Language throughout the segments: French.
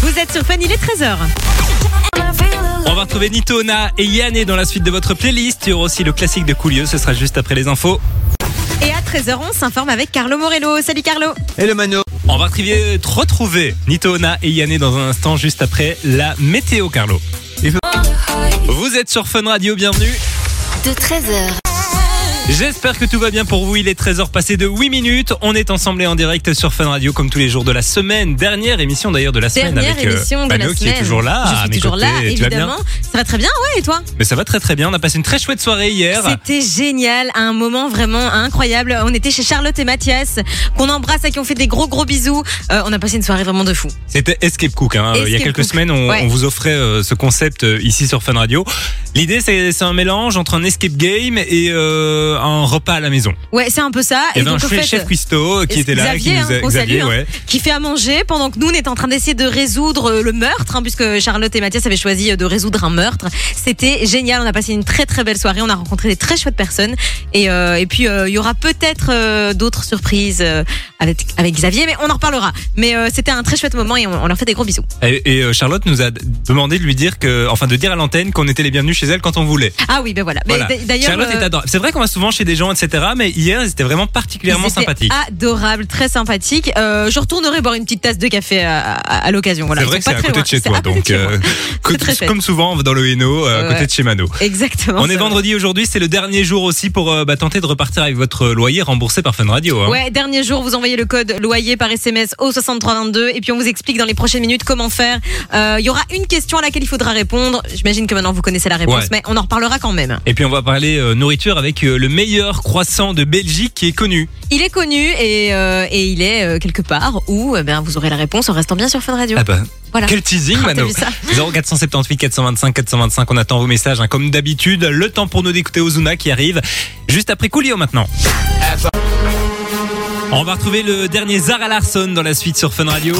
Vous êtes sur Fun, il est 13h. On va retrouver Nitona et Yanné dans la suite de votre playlist. Il y aura aussi le classique de Coulieu, ce sera juste après les infos. Et à 13h, on s'informe avec Carlo Morello. Salut Carlo. Et le Mano On va retrouver- retrouver Nitona et Yanné dans un instant, juste après la météo, Carlo. Vous êtes sur Fun Radio, bienvenue. De 13h J'espère que tout va bien pour vous. Il est 13h passé de 8 minutes. On est ensemble et en direct sur Fun Radio comme tous les jours de la semaine. Dernière émission d'ailleurs de la semaine Dernière avec euh, émission de Mano, la qui semaine. est toujours là. Je à suis mes toujours côtés. là, Tu vas bien évidemment. Ça va très bien, ouais, et toi Mais ça va très très bien. On a passé une très chouette soirée hier. C'était génial, un moment vraiment incroyable. On était chez Charlotte et Mathias, qu'on embrasse et qui ont fait des gros gros bisous. Euh, on a passé une soirée vraiment de fou. C'était Escape Cook. hein. Escape Il y a quelques Cook. semaines, on, Ouais. on vous offrait euh, ce concept euh, ici sur Fun Radio. L'idée, c'est c'est un mélange entre un escape game et euh, un repas à la maison. Ouais, c'est un peu ça. Il y avait un donc, au chef, fait, Eh ben, chef cuistot euh, qui Et était là, Xavier, qui nous a, hein, qu'on Xavier, salue, hein. ouais. qui fait à manger pendant que nous on est en train d'essayer de résoudre euh, le meurtre hein, puisque Charlotte et Mathias avaient choisi euh, de résoudre un meurtre c'était génial on a passé une très très belle soirée on a rencontré des très chouettes personnes et, euh, et puis euh, il y aura peut-être euh, d'autres surprises euh, avec, avec Xavier mais on en reparlera mais euh, c'était un très chouette moment et on, on leur fait des gros bisous Et, et, euh, Charlotte nous a d- demandé de lui dire que, enfin, de dire à l'antenne qu'on était les bienvenus chez elle quand on voulait. ah oui ben voilà, Mais Voilà. d- d'ailleurs Charlotte euh, est adorable. C'est vrai qu'on va souvent chez des gens, etc. Mais hier, ils étaient vraiment particulièrement ils étaient sympathiques. Adorables, très sympathiques Euh, je retournerai boire une petite tasse de café à, à- à l'occasion. Voilà, c'est Ils vrai que sont c'est pas à très côté loin. de chez C'est toi, à côté de donc chez moi. euh, C'est très chouette. comme souvent dans le Hainaut, euh, à Ouais. côté de chez Mano. Exactement. On c'est est vrai. vendredi aujourd'hui, c'est le dernier jour aussi pour euh, bah, tenter de repartir avec votre loyer remboursé par Fun Radio. hein. Ouais, dernier jour, vous envoyez le code loyer par SMS au 6322 et puis on vous explique dans les prochaines minutes comment faire. Euh, Il y aura une question à laquelle il faudra répondre. J'imagine que maintenant vous connaissez la réponse, Ouais. mais on en reparlera quand même. Et puis on va parler euh, nourriture avec euh, le meilleur croissant de Belgique qui est connu. Il est connu et, euh, et il est euh, quelque part où eh ben, vous aurez la réponse en restant bien sur Fun Radio. Ah bah, Voilà. quel teasing, Ah, t'as Mano vu ça 0478 425 425, on attend vos messages hein, comme d'habitude. Le temps pour nous d'écouter Ozuna qui arrive juste après Coolio maintenant. On va retrouver le dernier Zara Larson dans la suite sur Fun Radio.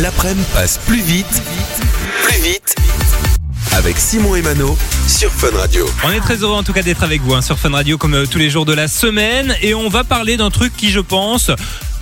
L'après-midi passe plus vite, plus vite, avec Simon et Mano sur Fun Radio. On est très heureux en tout cas d'être avec vous hein, sur Fun Radio comme euh, tous les jours de la semaine et on va parler d'un truc qui je pense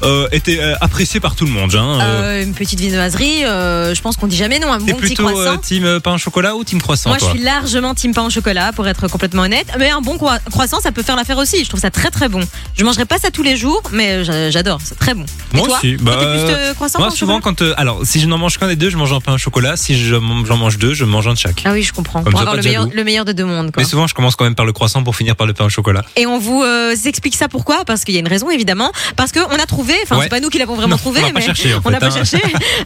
euh, était euh, apprécié par tout le monde. Hein, euh, Euh, une petite viennoiserie, euh, je pense qu'on dit jamais non, un T'es bon petit plutôt euh, croissant. team euh, pain au chocolat ou team croissant Moi, je toi suis largement team pain au chocolat, pour être complètement honnête. Mais un bon croi- croissant, ça peut faire l'affaire aussi. Je trouve ça très très bon. Je mangerai pas ça tous les jours, mais j'a- j'adore. C'est très bon. Et Moi toi aussi, Toi, bah, t'es plus euh, croissant Moi pain au souvent chocolat quand euh, alors si je n'en mange qu'un des deux je mange un pain au chocolat si je- j'en mange deux je mange un de chaque. Ah oui, je comprends. Comme pour ça, avoir pas le de meilleur, jaloux. le meilleur des deux mondes. quoi. Mais souvent je commence quand même par le croissant pour finir par le pain au chocolat. Et on vous euh, explique ça pourquoi Parce qu'il y a une raison évidemment. Parce qu'on a trouvé, enfin Ouais. c'est pas nous qui l'avons vraiment Non, trouvé, on l'a pas mais cherché, en on l'a fait, pas hein. cherché.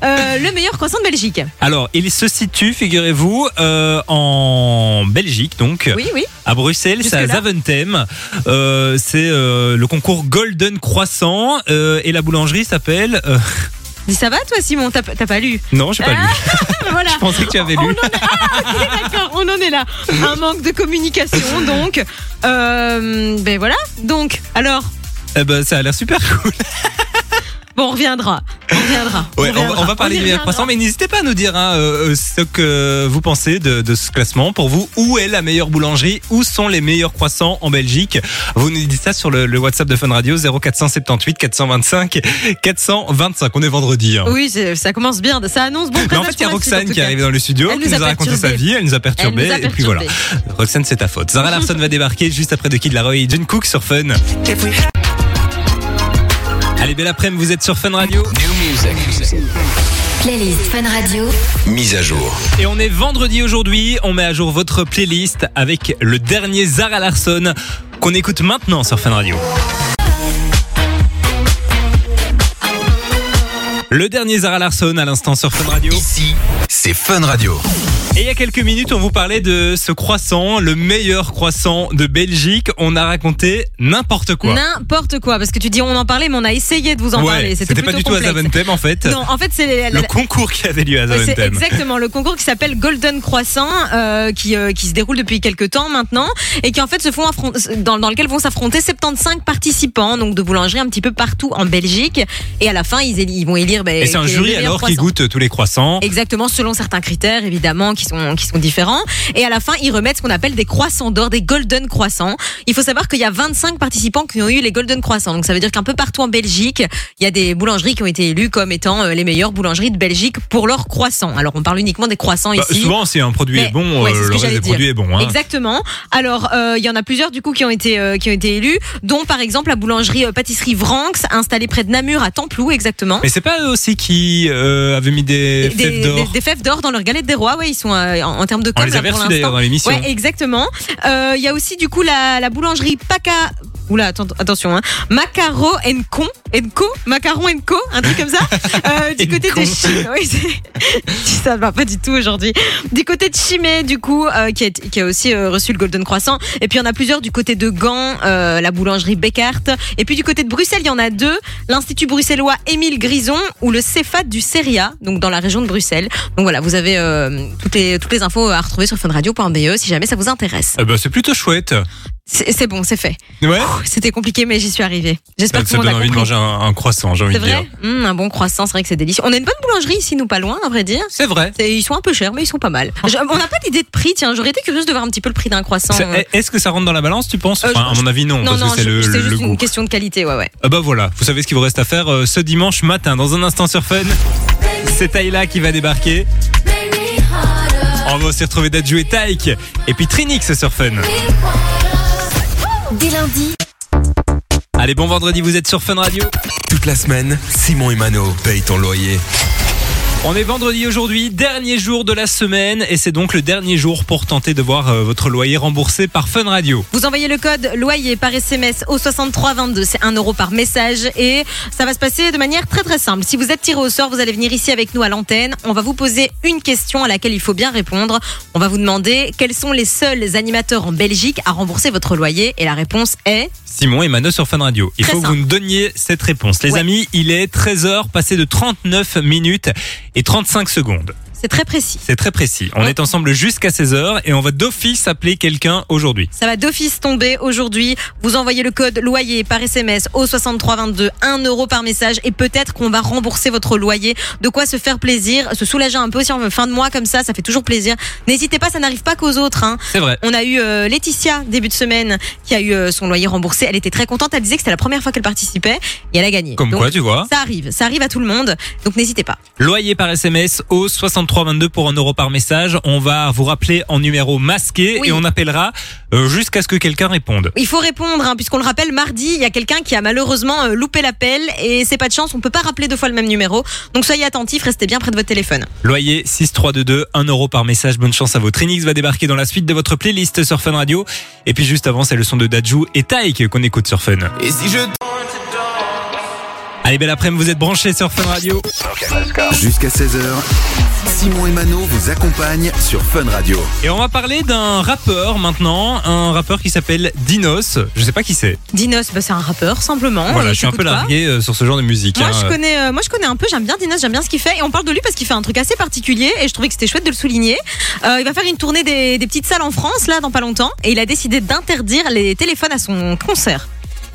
Euh, le meilleur croissant de Belgique. Alors il se situe figurez-vous euh, en Belgique donc Oui, oui. à Bruxelles, c'est à Jusque-là. Zaventem. Euh, c'est euh, le concours Golden Croissant euh, et la boulangerie s'appelle. euh, Dis ça va toi Simon T'as t'as pas lu Non, j'ai pas lu. Ah, Voilà. Je pensais que tu avais On en lu. est... Ah, ok, d'accord, on en est là. Un manque de communication, donc. Euh, ben voilà. Donc, alors, Eh ben, ça a l'air super cool. bon, on reviendra. On reviendra. Ouais, on, va- reviendra. on va parler y du meilleur reviendra. croissant, mais n'hésitez pas à nous dire hein, euh, euh, ce que vous pensez de, de ce classement. Pour vous, où est la meilleure boulangerie Où sont les meilleurs croissants en Belgique Vous nous dites ça sur le, le WhatsApp de Fun Radio 0478 425 425. On est vendredi. hein. Oui, c'est- ça commence bien. Ça annonce bon Mais en présage fait, il y a pour la suite, en tout Roxane qui est cas. arrivée dans le studio, Elle qui nous nous a a raconté sa perturbés. vie, elle nous a Elle nous perturbés, a et puis voilà. perturbés. Roxane, c'est ta faute. Zara Larson va débarquer juste après de Kid Laroi et John Cook sur Fun. Allez, belle après-midi, vous êtes sur Fun Radio. Playlist Fun Radio Mise à jour. Et on est vendredi aujourd'hui. On met à jour votre playlist avec le dernier Zara Larson qu'on écoute maintenant sur Fun Radio. Le dernier Zara Larson à l'instant sur Fun Radio. Ici, c'est Fun Radio. Et il y a quelques minutes, on vous parlait de ce croissant, le meilleur croissant de Belgique. On a raconté n'importe quoi. N'importe quoi, parce que tu dis on en parlait, mais on a essayé de vous en Ouais, parler. C'était pas plutôt du tout à complexe. Zaventem en fait. Non, en fait, c'est la- la- Le concours qui avait lieu à Ouais, C'est Zaventem. exactement le concours qui s'appelle Golden Croissant, euh, qui, euh, qui se déroule depuis quelques temps maintenant, et qui en fait se font affron- dans, dans lequel vont s'affronter 75 participants, donc de boulangeries un petit peu partout en Belgique. Et à la fin, ils, éli- ils vont élire dire. ben, Et c'est un quel est le jury meilleur alors qui croissant. goûte tous les croissants. Exactement, selon certains critères évidemment qui sont qui sont différents. Et à la fin, ils remettent ce qu'on appelle des croissants d'or, des golden croissants. Il faut savoir qu'il y a 25 participants qui ont eu les golden croissants. Donc ça veut dire qu'un peu partout en Belgique, il y a des boulangeries qui ont été élues comme étant euh, les meilleures boulangeries de Belgique pour leurs croissants. Alors on parle uniquement des croissants Bah, ici. souvent, si un produit Mais- est bon, ouais, euh, c'est ce que le reste j'allais des dire. produits est bon. hein. Exactement. Alors, euh, il y en a plusieurs du coup qui ont été euh, qui ont été élus, dont par exemple la boulangerie euh, pâtisserie Vranx installée près de Namur à Templou exactement. Mais c'est pas eux aussi qui euh, avaient mis des, des, fèves des- d'or. des fèves d'or dans leur galette des rois. Ouais, ils sont euh, en, en termes de com. On les là, avait pour reçus l'instant. d'ailleurs dans l'émission. Ouais, exactement. Euh, Il y a aussi du coup la, la boulangerie Paca. Oula, attends, attention, hein. Macaro Enco, Enco, Macaron Enco, un truc comme ça, Euh, du côté de Enco. Chine. Oui, c'est- ça ne va pas du tout aujourd'hui. Du côté de Chimay, du coup, euh, qui, a, été- qui a aussi euh, reçu le Golden Croissant. Et puis il y en a plusieurs du côté de Gand, euh, la boulangerie Beckart. Et puis du côté de Bruxelles, il y en a deux l'Institut bruxellois Émile Grison ou le Cefat du Seria, donc dans la région de Bruxelles. Donc voilà, vous avez euh, toutes, les, toutes les infos à retrouver sur funradio.be E, si jamais ça vous intéresse. Eh ben, c'est plutôt chouette. C'est c'est bon, c'est fait. Ouais. Ouh, C'était compliqué, mais j'y suis arrivée. J'espère Ça, que tout ça le donne monde a envie de compris. manger un, un croissant, j'ai envie C'est de vrai dire. Mmh, Un bon croissant, c'est vrai que c'est délicieux. On a une bonne boulangerie ici, nous pas loin, à vrai dire. C'est vrai. C'est- Ils sont un peu chers, mais ils sont pas mal. Ah. Je- on n'a pas d'idée de prix, tiens. J'aurais été curieuse de voir un petit peu le prix d'un croissant. Ça- Est-ce que ça rentre dans la balance, tu penses Euh, Enfin, je- À mon avis, non, non, parce non, eh, que c'est je- le, c'est le juste goût. une question de qualité, ouais, ouais. Ah bah voilà, vous savez ce qu'il vous reste à faire euh, ce dimanche matin dans un instant sur Fun. C'est Taïla qui va débarquer. On va aussi retrouver Dadju et Taïk. Et puis Trinix sur Fun. Dès lundi, Allez, bon vendredi, vous êtes sur Fun Radio. Toute la semaine, Simon et Mano payent ton loyer. On est vendredi aujourd'hui, dernier jour de la semaine. Et c'est donc le dernier jour pour tenter de voir euh, votre loyer remboursé par Fun Radio. Vous envoyez le code loyer par SMS au 6322, c'est 1 euro par message et ça va se passer de manière très très simple. Si vous êtes tiré au sort, vous allez venir ici avec nous à l'antenne. On va vous poser une question à laquelle il faut bien répondre. On va vous demander quels sont les seuls animateurs en Belgique à rembourser votre loyer et la réponse est Simon et Mano sur Fun Radio. Il Très faut que vous simple. nous donniez cette réponse. Les Ouais. amis, il est 13h, passé de 39 minutes et 35 secondes. c'est très précis. C'est très précis. On Ouais. est ensemble jusqu'à 16h et on va d'office appeler quelqu'un aujourd'hui. Ça va d'office tomber aujourd'hui. Vous envoyez le code loyer par SMS au 6322, 1 euro par message et peut-être qu'on va rembourser votre loyer. De quoi se faire plaisir, se soulager un peu si on veut fin de mois comme ça, ça fait toujours plaisir. N'hésitez pas, ça n'arrive pas qu'aux autres. hein. C'est vrai. On a eu euh, Laetitia début de semaine qui a eu euh, son loyer remboursé. Elle était très contente. Elle disait que c'était la première fois qu'elle participait et elle a gagné. Comme Donc, quoi, tu vois. Ça arrive, ça arrive à tout le monde. Donc n'hésitez pas. Loyer par SMS au 6322 pour 1 euro par message. On va vous rappeler en numéro masqué Oui. et on appellera euh, jusqu'à ce que quelqu'un réponde. Il faut répondre, hein, puisqu'on le rappelle, mardi, il y a quelqu'un qui a malheureusement euh, loupé l'appel et c'est pas de chance, on peut pas rappeler deux fois le même numéro. Donc soyez attentifs, restez bien près de votre téléphone. Loyer 6322, 1 euro par message. Bonne chance à vous. Trinix va débarquer dans la suite de votre playlist sur Fun Radio. Et puis juste avant, c'est le son de Dajou et Taïk qu'on écoute sur Fun. Et si je Allez, belle après-midi, vous êtes branchés sur Fun Radio. Jusqu'à 16h, Simon et Mano vous accompagnent sur Fun Radio. Et on va parler d'un rappeur maintenant, un rappeur qui s'appelle Dinos. Je sais pas qui c'est. Dinos, bah, c'est un rappeur simplement. voilà, euh, je suis un peu t'écoutes pas. largué euh, sur ce genre de musique. Moi hein. je, connais, euh, moi je connais un peu, j'aime bien Dinos, j'aime bien ce qu'il fait. Et on parle de lui parce qu'il fait un truc assez particulier et je trouvais que c'était chouette de le souligner. Euh, il va faire une tournée des, des petites salles en France là dans pas longtemps et il a décidé d'interdire les téléphones à son concert.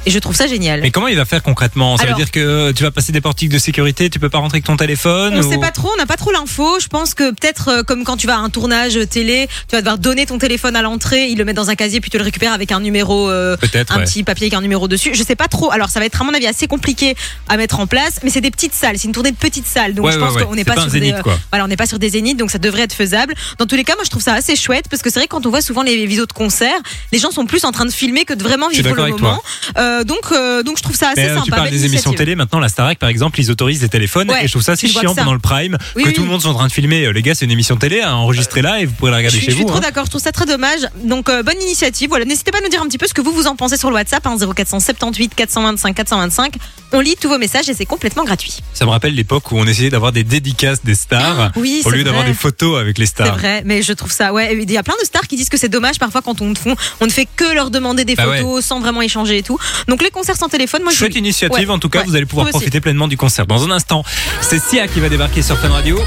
Et je trouve ça génial. Mais comment il va faire concrètement Ça Alors- veut dire que tu vas passer des portiques de sécurité, tu peux pas rentrer avec ton téléphone On ou- sait pas trop, on n'a pas trop l'info. Je pense que peut-être euh, comme quand tu vas à un tournage télé, tu vas devoir donner ton téléphone à l'entrée, ils le mettent dans un casier puis tu le récupères avec un numéro euh, Peut-être, un ouais. petit papier avec un numéro dessus. Je sais pas trop. Alors ça va être à mon avis assez compliqué à mettre en place, mais c'est des petites salles, c'est une tournée de petites salles, donc Ouais, je ouais, pense ouais. qu'on n'est C'est pas, pas un sur zénith, des euh, quoi. voilà, on n'est pas sur des zéniths, donc ça devrait être faisable. Dans tous les cas, moi je trouve ça assez chouette parce que c'est vrai que quand on voit souvent les visos de concerts, les gens sont plus en train de filmer que de vraiment Je suis vivre le d'accord avec toi. moment. Euh, donc euh, donc je trouve ça assez Mais, euh, sympa. tu parles belle des émissions initiative. télé maintenant, la Starac par exemple, ils autorisent les téléphones Ouais, et je trouve ça assez tu vois chiant que ça. pendant le prime Oui, que oui, tout le oui. monde soit en train de filmer. Euh, Les gars, c'est une émission télé à enregistrer là et vous pouvez la Je regarder suis, chez je suis vous. trop hein. d'accord, je trouve ça très dommage. Donc euh, bonne initiative, voilà. N'hésitez pas à nous dire un petit peu ce que vous vous en pensez sur le WhatsApp hein, 0478 425 425. On lit tous vos messages et c'est complètement gratuit. Ça me rappelle l'époque où on essayait d'avoir des dédicaces des stars Ah Oui, au c'est lieu d'avoir vrai. des photos avec les C'est stars. vrai, mais je trouve ça ouais. Il y a plein de stars qui disent que c'est dommage parfois quand on ne font, on ne fait que leur demander des Bah photos sans vraiment échanger et tout. Donc les concerts sans téléphone, moi je Chouette initiative, Ouais, en tout cas, ouais, vous allez pouvoir moi aussi. profiter pleinement du concert. Dans un instant, c'est Sia qui va débarquer sur Fun Radio.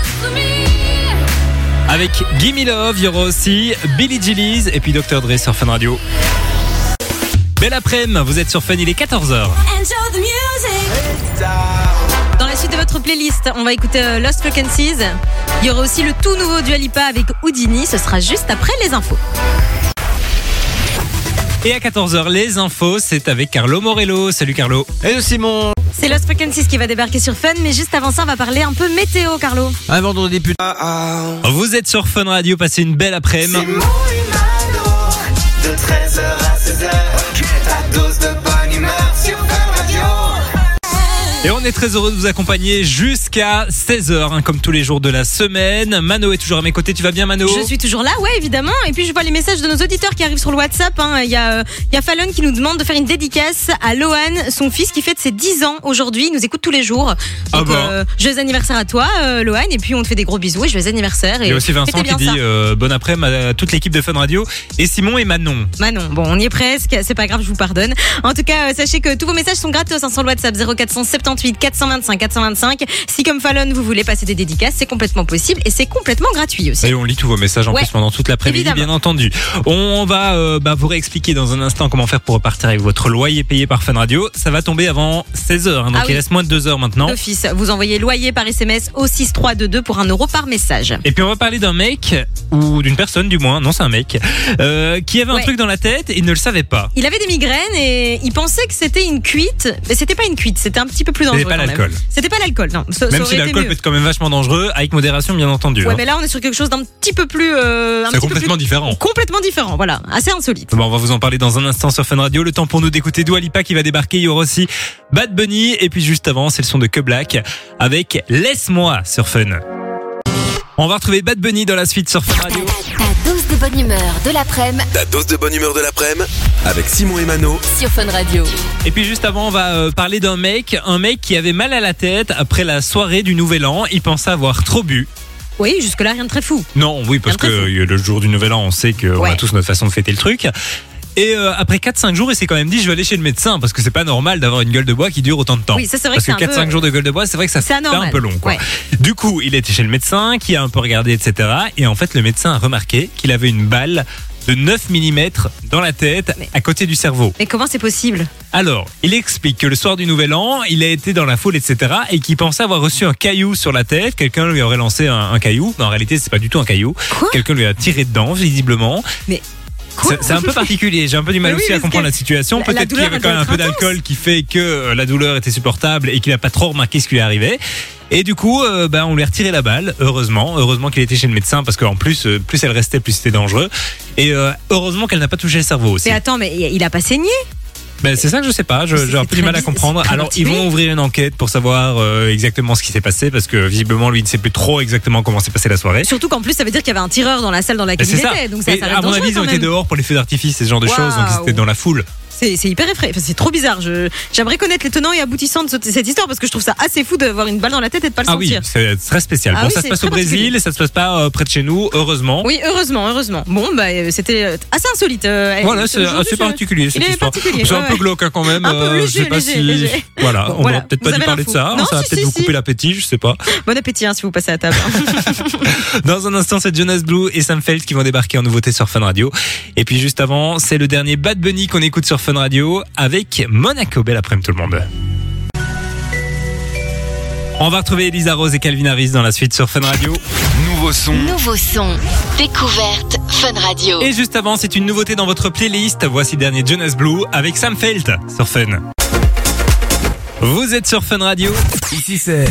Avec Gimme Love, il y aura aussi Billy Gillies et puis Dr. Dre sur Fun Radio. Belle après-midi, vous êtes sur Fun, il est 14h. Dans la suite de votre playlist, on va écouter euh, Lost Frequencies. Il y aura aussi le tout nouveau Dua Lipa avec Houdini. Ce sera juste après les infos. Et à 14h, les infos, c'est avec Carlo Morello. Salut Carlo. Et Simon, C'est Lost Frequencies qui va débarquer sur Fun, mais juste avant ça, on va parler un peu météo, Carlo. un vendredi putain. Vous êtes sur Fun Radio, passez une belle après-midi. de 13h à 16h. Ta dose de bonne humeur sur Fun Radio. Et on est très heureux de vous accompagner jusqu'à 16h, hein, comme tous les jours de la semaine. Mano est toujours à mes côtés, tu vas bien Mano Je suis toujours là, ouais, évidemment. Et puis, je vois les messages de nos auditeurs qui arrivent sur le WhatsApp. hein. Il y, a, euh, il y a Fallon qui nous demande de faire une dédicace à Lohan, son fils qui fête ses 10 ans aujourd'hui. Il nous écoute tous les jours. Ah Donc, bah. euh, joyeux anniversaire à toi, euh, Lohan. Et puis, on te fait des gros bisous et joyeux anniversaire. Et Il y a aussi Vincent fêtez qui bien dit ça. euh, bon après-midi à toute l'équipe de Fun Radio et Simon et Manon. Manon, Bah bon, on y est presque, c'est pas grave, je vous pardonne. En tout cas, euh, sachez que tous vos messages sont gratos hein, sur le WhatsApp 0478 425 425. Si comme Fallon, vous voulez passer des dédicaces, c'est complètement possible et c'est complètement gratuit aussi. Et on lit tous vos messages en Ouais. plus pendant toute l'après-midi, Évidemment. bien entendu. On va euh, bah, vous réexpliquer dans un instant comment faire pour repartir avec votre loyer payé par Fun Radio. Ça va tomber avant 16h, hein, donc Ah il oui. reste moins de 2 heures maintenant. D'office, vous envoyez loyer par SMS au 6322 pour un euro par message. Et puis on va parler d'un mec, ou d'une personne du moins, non c'est un mec, euh, qui avait un Ouais. truc dans la tête et ne le savait pas. Il avait des migraines et il pensait que c'était une cuite, mais c'était pas une cuite, c'était un petit peu plus dangereux. C'était pas quand même. l'alcool. C'était pas l'alcool, non. Ça- ça Même aurait si été l'alcool mieux. peut être quand même vachement dangereux, avec modération bien entendu. Ouais, hein. mais là on est sur quelque chose d'un petit peu plus, euh, un C'est petit peu complètement plus- différent. complètement différent, voilà, assez insolite. Bon, on va vous en parler dans un instant sur Fun Radio. Le temps pour nous d'écouter Dua Lipa qui va débarquer. Il y aura aussi Bad Bunny. Et puis juste avant, c'est le son de Que Black avec Laisse-moi sur Fun. On va retrouver Bad Bunny dans la suite sur Fun Radio. Ta dose de bonne humeur de l'après-midi Ta dose de bonne humeur de l'après-midi avec Simon et Mano sur Fun Radio. Et puis juste avant, on va euh, parler d'un mec, un mec qui avait mal à la tête après la soirée du Nouvel An. Il pensait avoir trop bu. Oui, jusque là rien de très fou. Non, oui, parce que Après, euh, le jour du Nouvel An, on sait qu'on Ouais. a tous notre façon de fêter le truc. Et euh, après 4-5 jours, il s'est quand même dit je vais aller chez le médecin parce que c'est pas normal d'avoir une gueule de bois qui dure autant de temps. Oui, ça, c'est vrai parce que que c'est un 4-5 peu- jours de gueule de bois, c'est vrai que ça C'est fait anormal. un peu long. Quoi. Ouais. Du coup, il était chez le médecin qui a un peu regardé, etc. Et en fait, le médecin a remarqué qu'il avait une balle de 9 mm dans la tête Mais- à côté du cerveau. Mais comment c'est possible Alors, il explique que le soir du Nouvel An, il a été dans la foule, etc., et qu'il pensait avoir reçu un caillou sur la tête. Quelqu'un lui aurait lancé un, un caillou. Non, en réalité, c'est pas du tout un caillou. Quoi Quelqu'un lui a tiré dedans, visiblement. Mais quoi C'est c'est un peu particulier. J'ai un peu du mal Mais oui, aussi à parce comprendre que la situation. la- la Peut-être qu'il y douleur, avait elle quand même doit un peu être intense. d'alcool qui fait que euh, la douleur était supportable et qu'il a pas trop remarqué ce qui lui arrivait. Et du coup, euh, bah, on lui a retiré la balle, heureusement. Heureusement qu'il était chez le médecin, parce qu'en plus, euh, plus elle restait, plus c'était dangereux. Et euh, heureusement qu'elle n'a pas touché le cerveau aussi. Mais attends, mais il a pas saigné Ben, c'est ça que je sais pas, je- C'est j'ai un peu très du mal à bi- comprendre. c'est très Alors ils particulier. vont ouvrir une enquête pour savoir euh, exactement ce qui s'est passé parce que visiblement lui il ne sait plus trop exactement comment s'est passée la soirée. Surtout qu'en plus, ça veut dire qu'il y avait un tireur dans la salle dans Ben, laquelle c'est il ça. était. Donc ça, Et ça à reste mon dangereux avis, ils ont quand été même. dehors pour les feux d'artifice et ce genre de Waouh. choses, donc ils étaient dans la foule. C'est c'est hyper effrayant. Enfin, c'est trop bizarre. Je- J'aimerais connaître les tenants et aboutissants de ce- cette histoire parce que je trouve ça assez fou d'avoir une balle dans la tête et de pas le Ah oui, sentir. c'est très spécial. Ah bon, oui, ça se c'est passe très au Brésil, particulier. ça se passe pas euh, près de chez nous, heureusement. Oui, heureusement, heureusement. Bon, bah, euh, c'était euh, assez insolite. euh, Voilà, euh, c'est aujourd'hui, assez je- particulier cette est histoire. particulier, C'est un ouais, peu ouais. glauque hein, quand même. Un peu euh, je sais léger, pas léger, si. léger. Voilà, Bon, on voilà. aurait peut-être Vous pas dû avez parler de l'info. ça. hein, Non, ça va si, peut-être si, vous si. couper l'appétit, je sais pas. Bon appétit hein, si vous passez à table. Dans un instant, c'est Jonas Blue et Sam Feld qui vont débarquer en nouveauté sur Fun Radio. Et puis juste avant, c'est le dernier Bad Bunny qu'on écoute sur Fun Radio avec Monaco. Belle après-midi tout le monde. On va retrouver Elisa Rose et Calvin Harris dans la suite sur Fun Radio. Nouveau son, Nouveau son. Découverte Fun Radio. Et juste avant, c'est une nouveauté dans votre playlist. Voici le dernier Jonas Blue avec Sam Feld sur Fun. Vous êtes sur Fun Radio ici c'est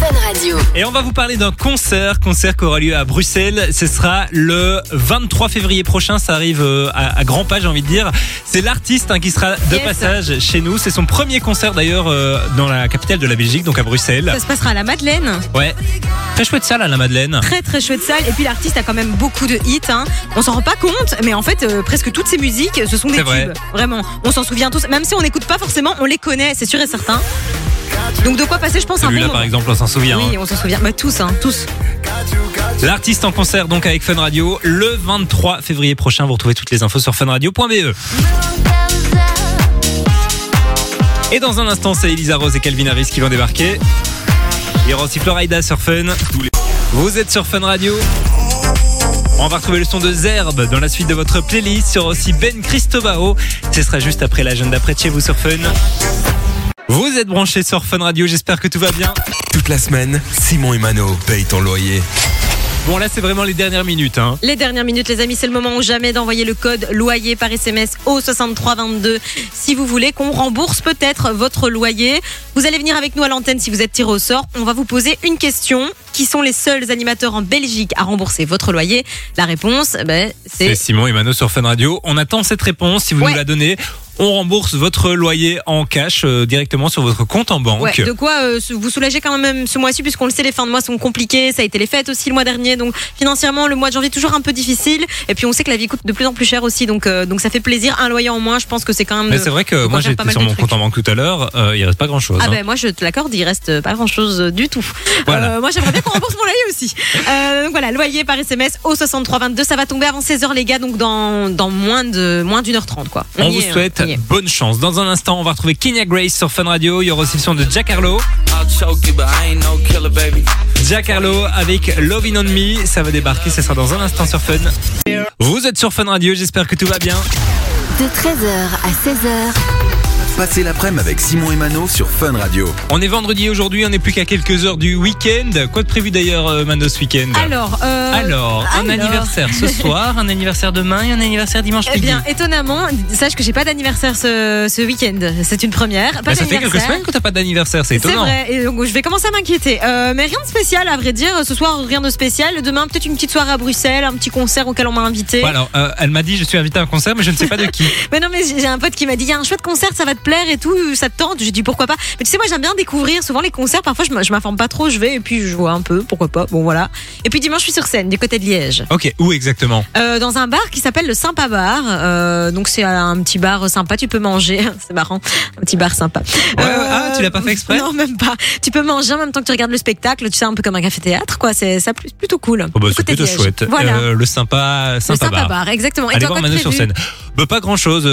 Fun Radio. et on va vous parler d'un concert, concert qui aura lieu à Bruxelles. Ce sera le 23 février prochain, ça arrive euh, à, à grand pas, j'ai envie de dire. C'est l'artiste hein, qui sera de Yes. passage chez nous. C'est son premier concert d'ailleurs euh, dans la capitale de la Belgique, donc à Bruxelles. ça se passera à la Madeleine. Ouais, très chouette salle à la Madeleine. Très très chouette salle. Et puis l'artiste a quand même beaucoup de hits. hein. On s'en rend pas compte, mais en fait, euh, presque toutes ses musiques, ce sont des C'est tubes. vrai. Vraiment. On s'en souvient tous. Même si on n'écoute pas forcément, on les connaît, c'est sûr et certain. Donc de quoi passer, je pense, un bon Celui-là moment. par exemple, on s'en souvient. hein. Oui, on s'en souvient. Bah, tous, hein, tous. L'artiste en concert donc avec Fun Radio le 23 février prochain. Vous retrouvez toutes les infos sur funradio.be. Et dans un instant, c'est Elisa Rose et Calvin Harris qui vont débarquer. Il y aura aussi Florida sur Fun. Tous les- Vous êtes sur Fun Radio. On va retrouver le son de Zerbe dans la suite de votre playlist. Il y aura aussi Ben Cristobao. Ce sera juste après l'agenda près de chez vous sur Fun. Vous êtes branchés sur Fun Radio, j'espère que tout va bien. Toute la semaine, Simon et Mano payent ton loyer. Bon là c'est vraiment les dernières minutes. Hein. Les dernières minutes, les amis, c'est le moment ou jamais d'envoyer le code loyer par SMS au 6322 si vous voulez qu'on rembourse peut-être votre loyer. Vous allez venir avec nous à l'antenne si vous êtes tiré au sort. On va vous poser une question. Qui sont les seuls animateurs en Belgique à rembourser votre loyer La réponse, ben, C'est c'est... Simon et Mano sur Fun Radio. On attend cette réponse si vous Ouais. nous la donnez. On rembourse votre loyer en cash euh, directement sur votre compte en banque. Ouais, de quoi euh, se- vous soulager quand même ce mois-ci, puisqu'on le sait, les fins de mois sont compliquées. Ça a été les fêtes aussi le mois dernier, donc financièrement, le mois de janvier toujours un peu difficile. Et puis on sait que la vie coûte de plus en plus cher aussi, donc euh, donc ça fait plaisir. Un loyer en moins, je pense que c'est quand même. Mais euh, c'est vrai que on moi va faire pas j'étais mal sur de mon trucs. compte en banque tout à l'heure, euh, il reste pas grand chose. Ah ben moi je te l'accorde, il reste pas grand chose du tout. Voilà. Euh, moi j'aimerais bien qu'on rembourse mon loyer aussi. Euh, donc voilà, loyer par SMS au 6322, ça va tomber avant 16h les gars, donc dans, dans moins de moins d'une heure trente quoi. y On est, vous hein, souhaite on y est. bonne chance. Dans un instant, on va retrouver Kenya Grace sur Fun Radio. Il y aura aussi le son de Jack Harlow. I'll choke you, but I ain't no killer, baby. Jack Harlow avec Lovin' on Me. Ça va débarquer, ça sera dans un instant sur Fun. Vous êtes sur Fun Radio, j'espère que tout va bien. De 13h à 16h, Passez l'après-midi avec Simon et Mano sur Fun Radio. On est vendredi aujourd'hui, on n'est plus qu'à quelques heures du week-end. Quoi de prévu d'ailleurs, euh, Mano, ce week-end Alors, euh, Alors, un alors. anniversaire ce soir, un anniversaire demain et un anniversaire dimanche Eh midi. bien, étonnamment, sache que j'ai pas d'anniversaire ce, ce week-end. C'est une première. Pas Bah, ça fait quelques d'anniversaire. semaines que t'as pas d'anniversaire, c'est C'est étonnant. vrai, et donc je vais commencer à m'inquiéter. Euh, mais rien de spécial, à vrai dire. Ce soir, rien de spécial. Demain, peut-être une petite soirée à Bruxelles, un petit concert auquel on m'a invité. Bon, alors, euh, elle m'a dit je suis invité à un concert, mais je ne sais pas de qui. Mais non, mais j'ai j'ai un pote qui m'a dit il y a un chouette concert, ça va te plaire et tout, ça te tente. J'ai dit pourquoi pas. Mais tu sais, moi j'aime bien découvrir souvent les concerts. Parfois, je m- je m'informe pas trop, je vais et puis je vois un peu, pourquoi pas. Bon voilà. Et puis dimanche, je suis sur scène du côté de Liège, ok, où exactement Euh, dans un bar qui s'appelle le Sympa Bar. Euh, donc c'est un petit bar sympa, tu peux manger. c'est marrant, un petit bar sympa. Euh, Ouais, ouais, ah, tu l'as pas fait exprès Non, même pas. Tu peux manger en même temps que tu regardes le spectacle. Tu sais un peu comme un café théâtre, quoi. C'est ça plus- plutôt cool. Oh bah, Du C'est côté de plutôt Liège. chouette. Voilà. Euh, le sympa, le sympa, Sympa bar. bar. exactement. Et Allez toi, voir quoi de Mano sur prévu scène. Bah, pas grand chose.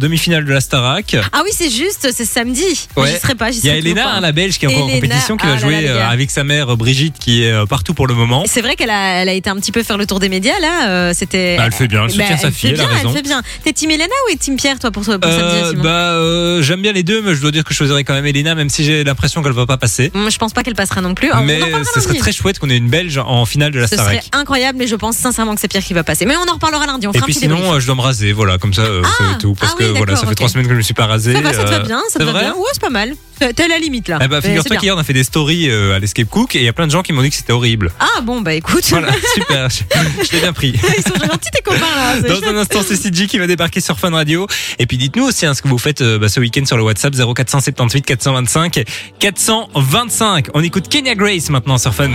Demi-finale de la Starac. Ah oui, c'est juste, c'est samedi. Ouais. J'y serai pas, j'y Il y a serai toujours Elena, pas. hein, la Belge, qui est encore en Elena, compétition, qui ah va là là, jouer les euh, gars. avec sa mère euh, Brigitte, qui est euh, partout pour le moment. C'est vrai qu'elle a, elle a été un petit peu faire le tour des médias là. euh, C'était. Bah, elle fait bien, elle soutient sa fille, fait elle a bien, raison. ben, Elle fait bien. T'es Team Elena ou Team Pierre toi pour, pour Euh, samedi Simon bah, euh, j'aime bien les deux, mais je dois dire que je choisirais quand même Elena, même si j'ai l'impression qu'elle va pas passer. Moi, Je pense pas qu'elle passera non plus. Ah, on en mais reparlera ce serait lundi. très chouette qu'on ait une Belge en finale de la Ce serait Starac. incroyable, mais je pense sincèrement que c'est Pierre qui va passer. Mais on en reparlera lundi. On Et fera puis un petit débrief. sinon, euh, je dois me raser, voilà, comme ça, euh, c'est tout. Parce ah oui, que voilà, ça fait d'accord, trois ok. semaines que je me suis pas rasé. ça va, ça te va euh, bien, ça c'est te va vrai bien. Ouais, c'est pas mal. T'es t'es à la limite là. Eh bah, Mais c'est figure-toi bien. qu'hier, on a fait des stories euh, à l'escape cook et il y a plein de gens qui m'ont dit que c'était horrible. Ah bon, bah écoute. Voilà, super, je, je l'ai bien pris. Ils sont gentils tes copains là. c'est Dans chouette. un instant, c'est CJ qui va débarquer sur Fun Radio. Et puis dites-nous aussi hein, ce que vous faites euh, bah, ce week-end sur le WhatsApp 0478 425 425. On écoute Kenya Grace maintenant sur Fun.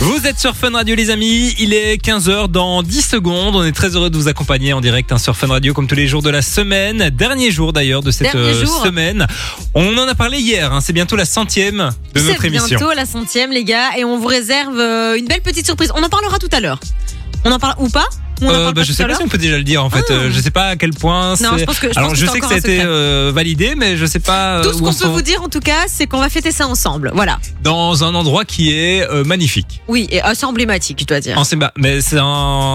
Vous êtes sur Fun Radio les amis, il est 15h dans 10 secondes, on est très heureux de vous accompagner en direct hein, sur Fun Radio comme tous les jours de la semaine, dernier jour d'ailleurs de cette Dernier euh, jour. semaine. On en a parlé hier, hein, c'est bientôt la centième de notre C'est émission. bientôt la centième, les gars, et on vous réserve euh, une belle petite surprise. On en parlera tout à l'heure. On en parle ou pas Ou on en Euh, parle bah, pas je tout à sais pas l'heure si on peut déjà le dire en fait. Ah. Euh, je sais pas à quel point. Non, c'est- je pense que- je pense Alors que je c'est sais que encore ça a un été secret. euh, validé, mais je sais pas. Tout euh, ce où qu'on on peut s'en- vous dire en tout cas, c'est qu'on va fêter ça ensemble. Voilà. Dans un endroit qui est euh, magnifique. Oui, et assez emblématique, je dois dire. En c'est pas- mais c'est un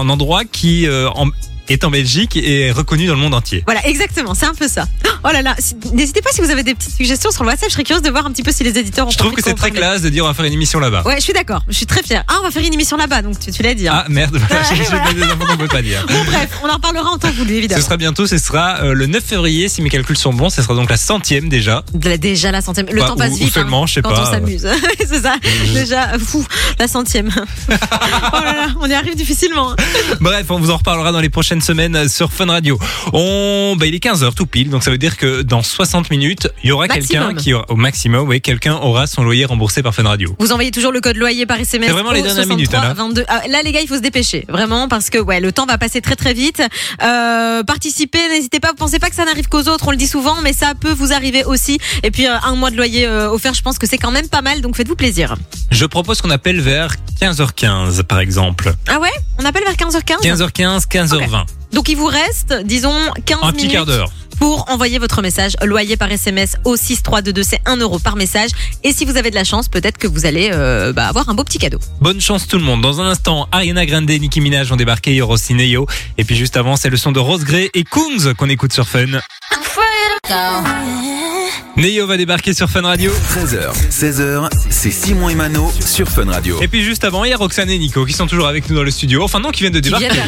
endroit qui euh, en- est en Belgique et est reconnu dans le monde entier. Voilà, exactement, c'est un peu ça. Oh là là, si- n'hésitez pas si vous avez des petites suggestions sur le WhatsApp, je serais curieuse de voir un petit peu si les éditeurs ont Je trouve compris que de quoi c'est on très parlait. classe de dire on va faire une émission là-bas. Ouais, je suis d'accord, je suis très fière. Ah, on va faire une émission là-bas, donc tu, tu l'as dit. hein. Ah merde, voilà, j'ai- j'ai voilà. des infos qu'on peut pas dire. Bon, bref, on en reparlera en temps voulu, Ce évidemment. sera bientôt, ce sera euh, le 9 février, si mes calculs sont bons, ce sera donc la centième déjà. Déjà- Déjà la centième. Le Bah, temps passe ou- ou vite. hein, seulement, je sais quand pas. euh, on s'amuse. c'est ça. Déjà, fou, la centième. oh là là, on y arrive difficilement. hein. Bref, on vous en reparlera dans les prochaines semaines sur Fun Radio. On, bah, il est 15h tout pile, donc ça veut dire que dans 60 minutes, il y aura Maximum. quelqu'un qui aura, au maximum, oui, quelqu'un aura son loyer remboursé par Fun Radio. Vous envoyez toujours le code loyer par SMS. C'est vraiment les au dernières minutes, 63 Anna. 22. Ah, là, les gars, il faut se dépêcher. Vraiment, parce que ouais, le temps va passer très très vite. Euh, participez, n'hésitez pas. Vous pensez pas que ça n'arrive qu'aux autres, on le dit souvent, mais ça peut vous arriver aussi. Et puis, euh, un mois de loyer euh, offert, je pense que c'est quand même pas mal, donc faites-vous plaisir. Je propose qu'on appelle vers 15h15, par exemple. Ah ouais On appelle vers 15h15. 15h15, 15h20. Donc il vous reste, disons, 15 Un petit minutes quart d'heure. pour envoyer votre message loyer par SMS au 6322. C'est 1 euro par message. Et si vous avez de la chance, peut-être que vous allez euh, bah, avoir un beau petit cadeau. Bonne chance tout le monde. Dans un instant, Ariana Grande et Nicki Minaj ont débarqué hier au Cinéo. Et puis juste avant, c'est le son de Rose Gray et Kungs qu'on écoute sur Fun. Neo va débarquer sur Fun Radio. 13h, 16h, c'est Simon et Mano sur Fun Radio. Et puis juste avant, il y a Roxane et Nico qui sont toujours avec nous dans le studio. Enfin non, qui viennent de débarquer.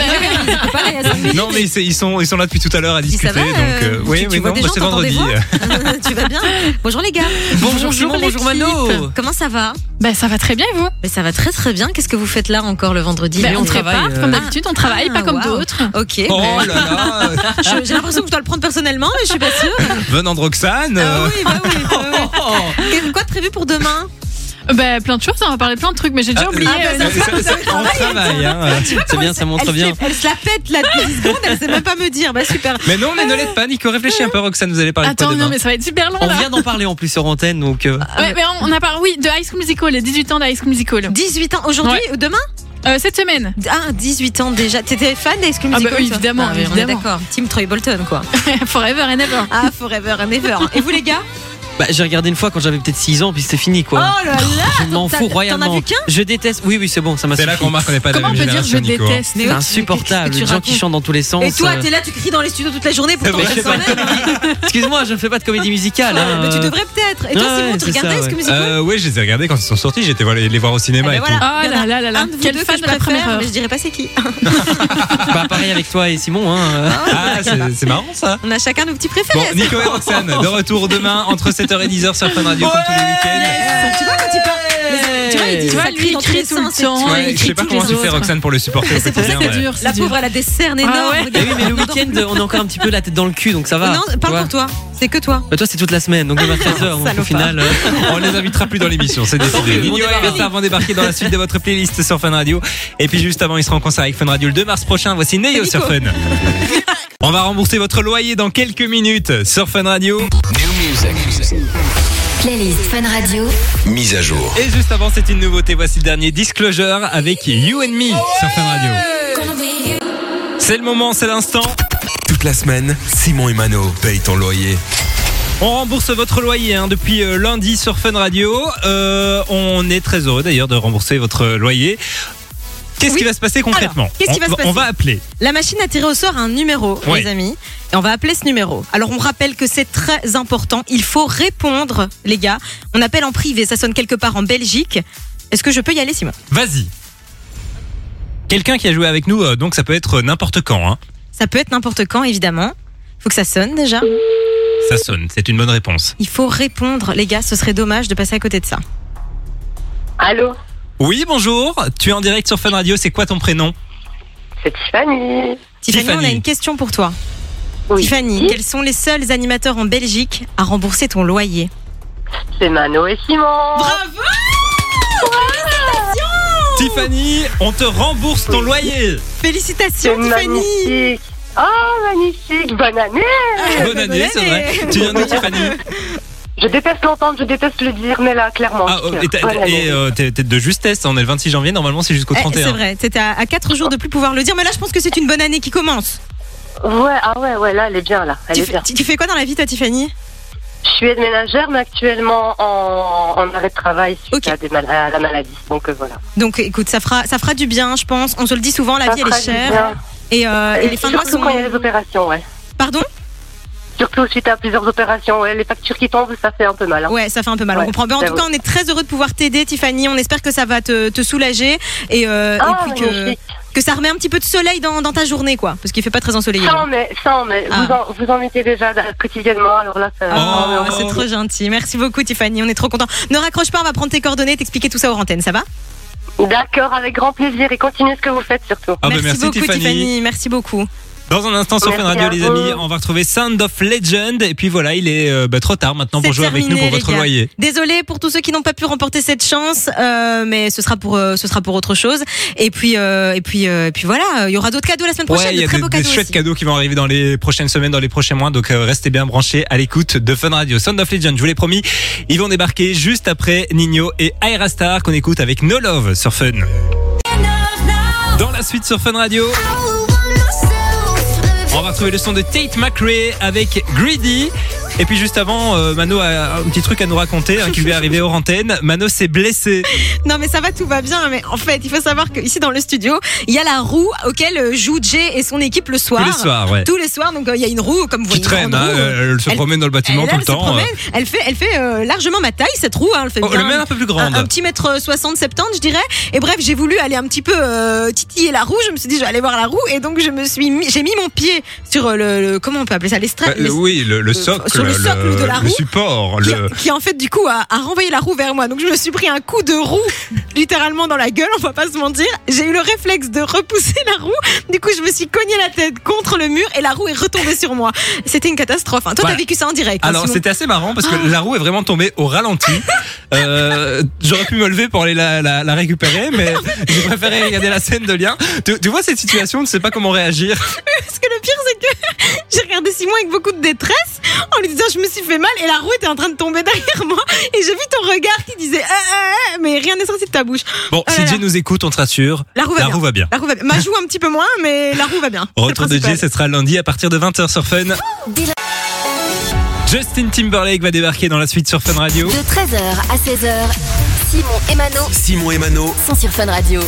Non mais c'est- ils sont ils sont là depuis tout à l'heure à discuter. ça va, donc euh, euh, oui, tu- tu oui, vois non, des bah, gens, c'est t'entends des vendredi. tu vas bien Bonjour les gars. Bonjour Simon, bonjour l'équipe. Mano. Comment ça va Bah ça va très bien et vous Mais ça va très très bien. Qu'est-ce que vous faites là encore le vendredi Bah, Mais On prépare euh, comme d'habitude, on travaille ah, pas comme waouh. d'autres. Ok. Bah, Oh là là, euh, Je- J'ai l'impression que je dois le prendre personnellement, mais je suis pas sûre. venant de Roxane. euh, Ah oui, bah oui. bah oui. Qu'est- Quoi de prévu pour demain Bah plein de choses, on va parler de plein de trucs, mais j'ai Ah, déjà oublié. euh, Ah, ça- ça- ça- on travaille. hein. C'est bien, ça montre elle, bien. se- elle se la pète là depuis 10 secondes, elle sait même pas me dire. Bah super. Mais non, mais ne l'aide pas, Nico. Réfléchis un peu, Roxane. Vous allez ah, parler de Attends, quoi demain non mais ça va être super long On là. vient d'en parler en plus sur antenne, donc euh, Ouais, mais on, on a parlé, oui, de High School Musical, les 18 ans de High School Musical. 18 ans aujourd'hui ou demain Euh, cette semaine. Ah, 18 ans déjà. T'étais fan des School Ah bah Musical oui, toi évidemment, Ah oui, on est évidemment. D'accord. Team Troy Bolton quoi. Forever and ever. Ah, forever and ever. Et vous les gars bah, j'ai regardé une fois quand j'avais peut-être 6 ans, puis c'était fini quoi. Oh là là je m'en t'as- fous t'en as royalement. vu qu'un je déteste. Oui, oui, c'est bon, ça m'a C'est là suffi. qu'on marque qu'on n'est pas de la Comment on même peut dire je génération, Nico. déteste C'est insupportable, Qu'est-ce que tu les gens qui racontes chantent dans tous les sens. Et toi, euh, t'es là, tu cries dans les studios toute la journée pour C'est t'en vrai, rester c'est pas soi-même. Excuse-moi, je ne fais pas de comédie musicale. hein, hein, Mais tu euh, devrais peut-être. Et toi, ouais, Simon, tu c'est ça, regardais High School ouais. Musical Euh, oui, je les ai regardés quand ils sont sortis. J'étais voir les, les voir au cinéma. Eh ben et voilà. tout. Ah Il y en a là là là là, Un de vous quel deux fan que de je la première préfère, heure. mais je dirais pas c'est qui. Bah, pareil avec toi et Simon. Hein, euh. Ah, c'est c'est marrant ça. On a chacun nos petits préférés. Bon, Nico et Roxane, de retour demain entre 7h et 10h sur Fun Radio comme tous les week-ends. Tu vois quand il parle, tu vois, il dit Tu ça vois, crie lui, dans il tous les crie tout le sens, temps. Ouais, il je sais crie pas tous comment les tu fais autres. Roxane pour le supporter. au C'est pour ça quotidien, que C'est ouais. dur, c'est La dur. pauvre, elle a des cernes Ah énormes. ouais. regarde. Eh oui, mais le On dort week-end, plus. on est encore un petit peu la tête dans le cul, donc ça va. Non, tu vois. parle pour toi. C'est que toi. Bah, toi, c'est toute la semaine, donc demain 13h, donc au Salopard. final. euh, On les invitera plus dans l'émission, c'est décidé. Tant mieux, on Nino débarque. et Vincent vont débarquer dans la suite de votre playlist sur Fun Radio. Et puis juste avant, ils seront en concert avec Fun Radio le 2 mars prochain. Voici Neo Nico. sur Fun. On va rembourser votre loyer dans quelques minutes sur Fun Radio. Playlist Fun Radio. Mise à jour. Et juste avant, c'est une nouveauté. Voici le dernier Disclosure avec You and Me sur Fun Radio. C'est le moment, c'est l'instant. Toute la semaine, Simon et Mano payent ton loyer. On rembourse votre loyer hein, depuis euh, lundi sur Fun Radio. Euh, on est très heureux d'ailleurs de rembourser votre loyer. Qu'est-ce Oui. qui va se passer concrètement qu'est-ce qui on, va se passer on va appeler. La machine a tiré au sort un numéro, Ouais. les amis. Et on va appeler ce numéro. Alors, on rappelle que c'est très important. Il faut répondre, les gars. On appelle en privé. Ça sonne quelque part en Belgique. Est-ce que je peux y aller, Simon Vas-y. Quelqu'un qui a joué avec nous, euh, donc ça peut être euh, n'importe quand. hein. Ça peut être n'importe quand, évidemment. Faut que ça sonne déjà. Ça sonne, c'est une bonne réponse. Il faut répondre, les gars. Ce serait dommage de passer à côté de ça. Allô, Oui, bonjour. Tu es en direct sur Fun Radio. C'est quoi ton prénom c'est Tiffany. Tiffany, Tiffany. on a une question pour toi. Oui. Tiffany, quels sont les seuls animateurs en Belgique à rembourser ton loyer C'est Mano et Simon. Tiffany, on te rembourse ton loyer. c'est Félicitations, Tiffany magnifique. Oh, magnifique. Bonne année. ben, Bonne année, c'est vrai. Tu viens de Tiffany. Je déteste l'entendre, je déteste le dire, mais là, clairement. Ah, oh, et t'as- Bonne année. et, euh, t'es t'es de justesse. On est le 26 janvier. Normalement, c'est jusqu'au Eh, 31. C'est vrai, c'était à, 4 jours de plus pouvoir le dire, mais là je pense que c'est une bonne année qui commence. Ouais, ah ouais, ouais, là, elle est bien, là. Elle Tu, est fais- bien. tu- tu fais quoi dans la vie toi Tiffany Je suis aide ménagère, mais actuellement en, en arrêt de travail suite Ok. à, des mal- à la maladie. Donc, euh, voilà. Donc écoute, ça fera, ça fera du bien je pense, on se le dit souvent, la vie elle fera est du chère. bien. Et, euh, et les fins de mois surtout quand il y a les sont... opérations, ouais. Pardon Surtout suite à plusieurs opérations, ouais, les factures qui tombent, ça fait un peu mal. hein. Ouais, ça fait un peu mal, on Ouais, comprend. Mais en ça tout cas, on est très heureux de pouvoir t'aider Tiffany, on espère que ça va te, te soulager et, euh, Ah, et puis que, magnifique. que ça remet un petit peu de soleil dans, dans ta journée quoi, parce qu'il fait pas très ensoleillé. Ça, on est, ça, on est. Ah. Vous, en, vous en mettez déjà euh, quotidiennement, alors là, ça. Ah. on est Oh, en- c'est trop gentil. Merci beaucoup, Tiffany. On est trop contents. Ne raccroche pas, on va prendre tes coordonnées, t'expliquer tout ça aux antennes, ça va D'accord, avec grand plaisir et continuez ce que vous faites surtout. Ah bah, merci, beaucoup, Tiffany. Tiffany. Merci beaucoup. Dans un instant sur Fun Merci Radio, à les vous. amis, on va retrouver Sound of Legend. Et puis voilà, il est euh, bah, trop tard maintenant pour C'est jouer avec nous terminé, pour votre les gars. loyer. Désolée pour tous ceux qui n'ont pas pu remporter cette chance, euh, mais ce sera pour euh, ce sera pour autre chose. Et puis euh, et puis euh, et puis voilà, euh, il y aura d'autres cadeaux la semaine prochaine, ouais, il y de a très des, beaux des cadeaux. chouettes aussi. cadeaux qui vont arriver dans les prochaines semaines, dans les prochains mois. Donc euh, restez bien branchés à l'écoute de Fun Radio. Sound of Legend, je vous l'ai promis, ils vont débarquer juste après Nino et Aerastar qu'on écoute avec No Love sur Fun. Dans la suite sur Fun Radio, on va retrouver le son de Tate McRae avec Greedy. Et puis juste avant, euh, Mano a un petit truc à nous raconter hein, qui lui est arrivé hors antenne. Mano s'est blessé. Non mais ça va, tout va bien. Mais en fait, il faut savoir qu'ici dans le studio, il y a la roue auquel euh, joue Jay et son équipe le soir. Tous les soirs, ouais. Tous les soirs, donc euh, il y a une roue comme vous Qui voyez. une traîne, grande hein, roue. elle, elle se Elle- promène dans le bâtiment elle, tout elle le se temps. euh. promène. Elle fait, elle fait euh, largement ma taille cette roue. Hein, elle fait Oh, bien le même un peu plus grande. Un, un petit mètre 60, 70, je dirais. Et bref, j'ai voulu aller un petit peu euh, titiller la roue. Je me suis dit, je vais aller voir la roue. Et donc, je me suis mis, j'ai mis mon pied sur euh, le, le- comment on peut appeler ça, l'estrade. Bah, le- l'est- oui, le, le euh, socle, sur le socle de la le roue. support, qui, le, qui, en fait du coup a, a renvoyé la roue vers moi. Donc je me suis pris un coup de roue littéralement dans la gueule, on va pas se mentir. J'ai eu le réflexe de repousser la roue. Du coup, je me suis cogné la tête contre le mur et la roue est retombée sur moi. C'était une catastrophe. hein. Toi, Voilà. t'as vécu ça en direct. hein, Alors Simon. c'était assez marrant parce que Ah. la roue est vraiment tombée au ralenti. Euh, J'aurais pu me lever pour aller la, la, la récupérer, mais j'ai préféré regarder la scène de lien. Tu, tu vois cette situation, tu ne sais pas comment réagir. Parce que le pire, c'est que j'ai regardé Simon avec beaucoup de détresse en lui disant je me suis fait mal et la roue était en train de tomber derrière moi et j'ai vu ton regard qui disait Ah, ah, ah mais rien n'est sorti de ta bouche. Bon, Ah si là Jay là. nous écoute, on te rassure. La roue va bien. va bien. La roue va bien. Ma joue un petit peu moins, mais la roue va bien. C'est le Retour de principal. Jay, ce sera lundi à partir de 20h sur Fun. Justin Timberlake va débarquer dans la suite sur Fun Radio. De 13h à 16h, Simon et Mano Simon et Mano, sont sur Fun Radio.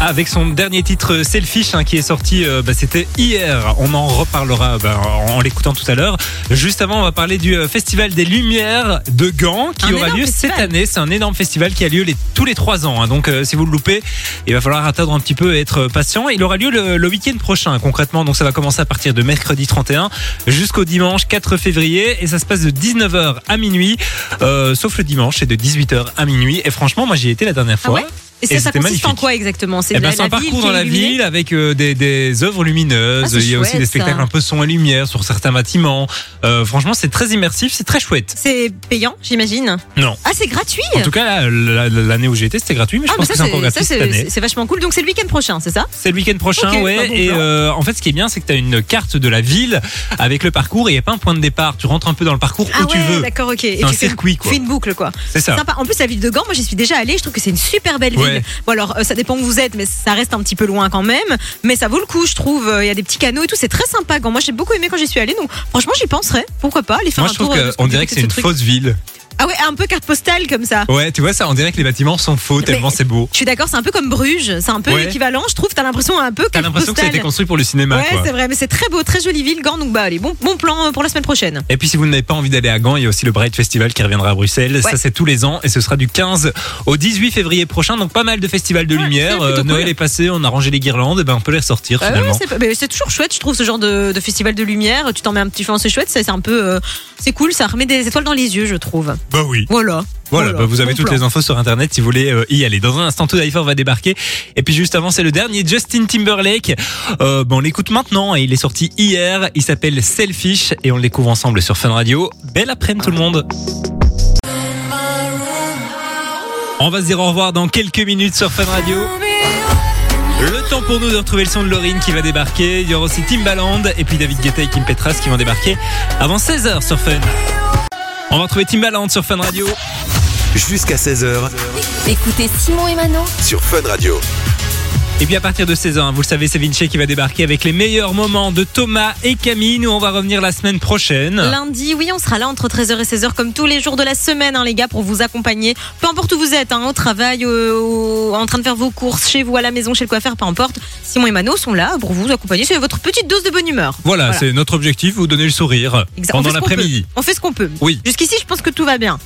avec son dernier titre euh, Selfish hein, qui est sorti, euh, bah, c'était hier. On en reparlera bah, en en l'écoutant tout à l'heure. Juste avant, on va parler du euh, Festival des Lumières de Gand qui Un aura énorme lieu festival. cette année. C'est un énorme festival qui a lieu les- tous les trois ans. hein. Donc euh, si vous le loupez, il va falloir attendre un petit peu et être euh, patient. Il aura lieu le, le week-end prochain hein, concrètement. Donc ça va commencer à partir de mercredi 31 jusqu'au dimanche 4 février et ça se passe de 19h à minuit. Euh, sauf le dimanche, c'est de 18h à minuit. Et franchement, moi j'y étais la dernière fois. Ah ouais Et ça, Et ça c'était consiste en magnifique. quoi exactement C'est Eh de la- ben, c'est un la ville parcours qui dans est la illuminée ville avec euh, des, des œuvres lumineuses. Ah, c'est Il y a aussi chouette, des spectacles ça. un peu son et lumière sur certains bâtiments. Euh, franchement, c'est très immersif, c'est très chouette. C'est payant, j'imagine. Non. Ah, c'est gratuit. En tout cas, là, la- la- l'année où j'étais, c'était gratuit, mais je ah, mais pense ça, que c'est encore c'est- ça, gratuit cette année. c'est c'est vachement cool. Donc, c'est le week-end prochain, c'est ça C'est le week-end prochain, Ok, ouais. un bon et plan. euh, en fait, ce qui est bien, c'est que tu as une carte de la ville avec le parcours et il n'y a pas un point de départ. Tu rentres un peu dans le parcours Ah, où ouais, tu veux. d'accord, ok. Et C'est un tu fais une- circuit, quoi. fais une boucle, quoi. C'est ça. Sympa. En plus, la ville de Gand, moi, j'y suis déjà allée. Je trouve que c'est une super belle ville. Ouais. Bon, alors, euh, ça dépend où vous êtes, mais ça reste un petit peu loin quand même. Mais ça vaut le coup, je trouve. Euh, Il y a des petits canaux et tout. C'est très sympa, Gand. Moi, j'ai beaucoup aimé quand j'y suis allée. Donc, franchement, j'y penserais. Pourquoi pas aller faire Moi, un je trouve tour, euh, de ce qu'on côté, dirait que de c'est ce une truc. fausse ville. Ah, ouais, un peu carte postale comme ça. Ouais, tu vois, ça, on dirait que les bâtiments sont faux tellement Mais- c'est beau. Je suis d'accord, c'est un peu comme Bruges. C'est un peu Ouais. équivalent, je trouve. T'as l'impression un peu T'as carte l'impression que ça a postale. été construit pour le cinéma, Ouais, quoi. c'est vrai, mais c'est très beau, très jolie ville, Gand. Donc, bah, allez, bon, bon plan euh, pour la semaine prochaine. Et puis si vous n'avez pas envie d'aller à Gand, il y a aussi le Bright Festival qui reviendra à Bruxelles. Ça Ouais. c'est tous les ans et ce sera du 15 au 18 février prochain. Donc pas mal de festivals de Ouais, lumière. c'est plutôt Euh, Noël cool. est passé, on a rangé les guirlandes, et ben on peut les ressortir Ah ouais, finalement. c'est- mais c'est toujours chouette, je trouve, ce genre de, de festival de lumière. Tu t'en mets un petit peu, hein, c'est chouette, c'est c'est un peu. euh, c'est cool, ça remet des étoiles dans les yeux, je trouve. bah oui. Voilà. Voilà, bah, vous avez bon toutes plan. les infos sur internet si vous voulez euh, y aller. Dans un instant, tout d'iPhone va débarquer. Et puis juste avant, c'est le dernier Justin Timberlake. Euh, bon, on l'écoute maintenant et il est sorti hier. Il s'appelle Selfish et on le découvre ensemble sur Fun Radio. Belle après-midi tout le monde. On va se dire au revoir dans quelques minutes sur Fun Radio. Le temps pour nous de retrouver le son de Laurine qui va débarquer. Il y aura aussi Timbaland et puis David Guetta et Kim Petras qui vont débarquer avant 16h sur Fun. On va retrouver Timbaland sur Fun Radio. jusqu'à 16h Écoutez Simon et Mano sur Fun Radio. Et bien à partir de 16 ans, vous le savez, c'est Vinci qui va débarquer avec les meilleurs moments de Thomas et Camille. Nous, on va revenir la semaine prochaine. Lundi, oui, on sera là entre 13h et 16h, comme tous les jours de la semaine, hein, les gars, pour vous accompagner. Peu importe où vous êtes, hein, au travail, au- au- en train de faire vos courses, chez vous, à la maison, chez le coiffeur, peu importe. Simon et Mano sont là pour vous accompagner. C'est votre petite dose de bonne humeur. Voilà, c'est notre objectif, vous donner le sourire Exact- on fait pendant ce qu'on l'après-midi. peut. On fait ce qu'on peut. Oui. Jusqu'ici, je pense que tout va bien.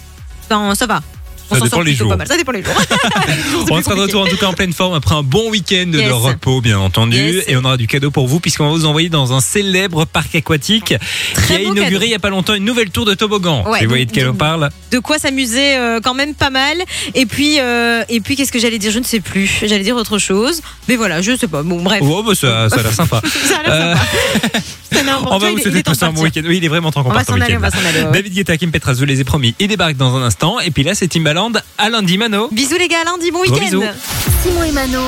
Enfin, ça va. On Ça s'en dépend sort les plutôt jours. pas mal. Ça dépend les jours. Les jours, c'est On plus sera de compliqué. retour en tout cas en pleine forme après un bon week-end Yes. de repos, bien entendu. Yes. Et on aura du cadeau pour vous puisqu'on va vous envoyer dans un célèbre parc aquatique Très qui a beau inauguré cadeau. il n'y a pas longtemps une nouvelle tour de toboggan. Ouais, Et vous voyez de donc- quelle on parle de quoi s'amuser euh, quand même pas mal. Et puis, euh, et puis qu'est-ce que j'allais dire Je ne sais plus. J'allais dire autre chose. Mais voilà, je sais pas. Bon, bref. Oh, bah, ça, ça a l'air sympa. Ça a l'air Euh, sympa. Ça n'a on inventé, va vous il est- il souhaiter est temps de tous un bon partir. week-end. Oui, il est vraiment temps qu'on On va parte en s'en aller, week-end. on va s'en aller. ouais. David Guetta, Kim Petras, je vous les ai promis, il débarque dans un instant. Et puis là, c'est Timbaland à lundi, Mano. Bisous les gars, à lundi, bon Gros week-end. bisous. Simon et Mano